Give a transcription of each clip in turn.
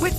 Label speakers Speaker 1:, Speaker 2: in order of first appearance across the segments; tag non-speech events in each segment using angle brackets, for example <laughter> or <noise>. Speaker 1: With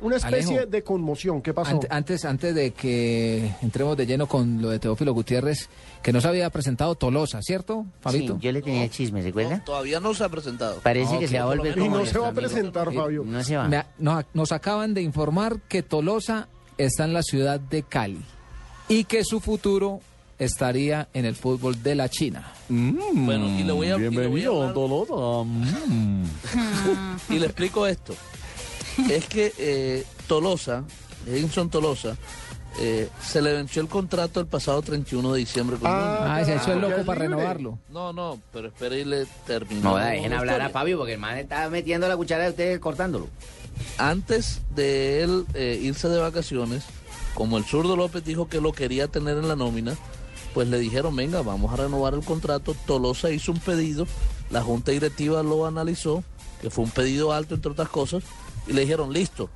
Speaker 2: Una especie
Speaker 3: Alejo.
Speaker 2: de conmoción. ¿Qué pasó?
Speaker 3: Ant- antes, antes de que entremos de lleno con lo de Teófilo Gutiérrez, que no se había presentado Tolosa, ¿cierto,
Speaker 4: Sí,
Speaker 3: Fabito?
Speaker 4: yo le tenía el chisme, ¿recuerda?
Speaker 5: Todavía no se ha presentado.
Speaker 2: Ah,
Speaker 4: Parece que se va a volver
Speaker 2: y
Speaker 4: como
Speaker 2: no se
Speaker 4: nuestro
Speaker 2: va a
Speaker 4: amigo.
Speaker 2: presentar, Fabio.
Speaker 4: No se va.
Speaker 3: Me a- nos, nos acaban de informar que Tolosa está en la ciudad de Cali y que su futuro estaría en el fútbol de la China.
Speaker 2: Ah,
Speaker 5: Bueno, y le voy a, y le voy a hablar- <laughs> y le explico esto. Es que eh, Tolosa, Edinson Tolosa, eh, se le venció el contrato el pasado 31 de diciembre con Junior.
Speaker 3: Ah, se ha hecho el
Speaker 2: ya
Speaker 3: loco
Speaker 2: es
Speaker 3: para
Speaker 2: libre.
Speaker 3: renovarlo.
Speaker 5: No, no, pero espere y le termino.
Speaker 4: No, dejen
Speaker 5: la
Speaker 4: hablar a
Speaker 5: historia.
Speaker 4: Fabio porque el man está metiendo la cuchara de ustedes cortándolo.
Speaker 5: Antes de él eh, irse de vacaciones, como el zurdo López dijo que lo quería tener en la nómina, pues le dijeron, venga, vamos a renovar el contrato. Tolosa hizo un pedido, la junta directiva lo analizó, que fue un pedido alto, entre otras cosas, y le dijeron, listo,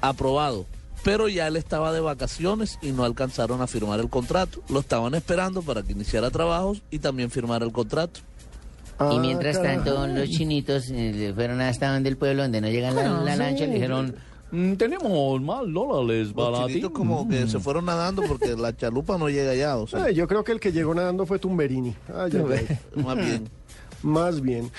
Speaker 5: aprobado. Pero ya él estaba de vacaciones y no alcanzaron a firmar el contrato. Lo estaban esperando para que iniciara trabajos y también firmara el contrato.
Speaker 4: y
Speaker 2: Ah,
Speaker 4: mientras
Speaker 2: caray.
Speaker 4: tanto, los chinitos eh, le fueron hasta donde el pueblo, donde no llegan la, la lancha, le dijeron,
Speaker 6: Mm, tenemos más dólares Mm.
Speaker 5: Los chinitos como que se fueron nadando porque la chalupa no llega allá, o
Speaker 6: <laughs>
Speaker 5: sea, <laughs>
Speaker 2: Ay, yo creo que el que llegó nadando fue Tumberini. Ay, ay, ay.
Speaker 5: más bien.
Speaker 2: Más bien.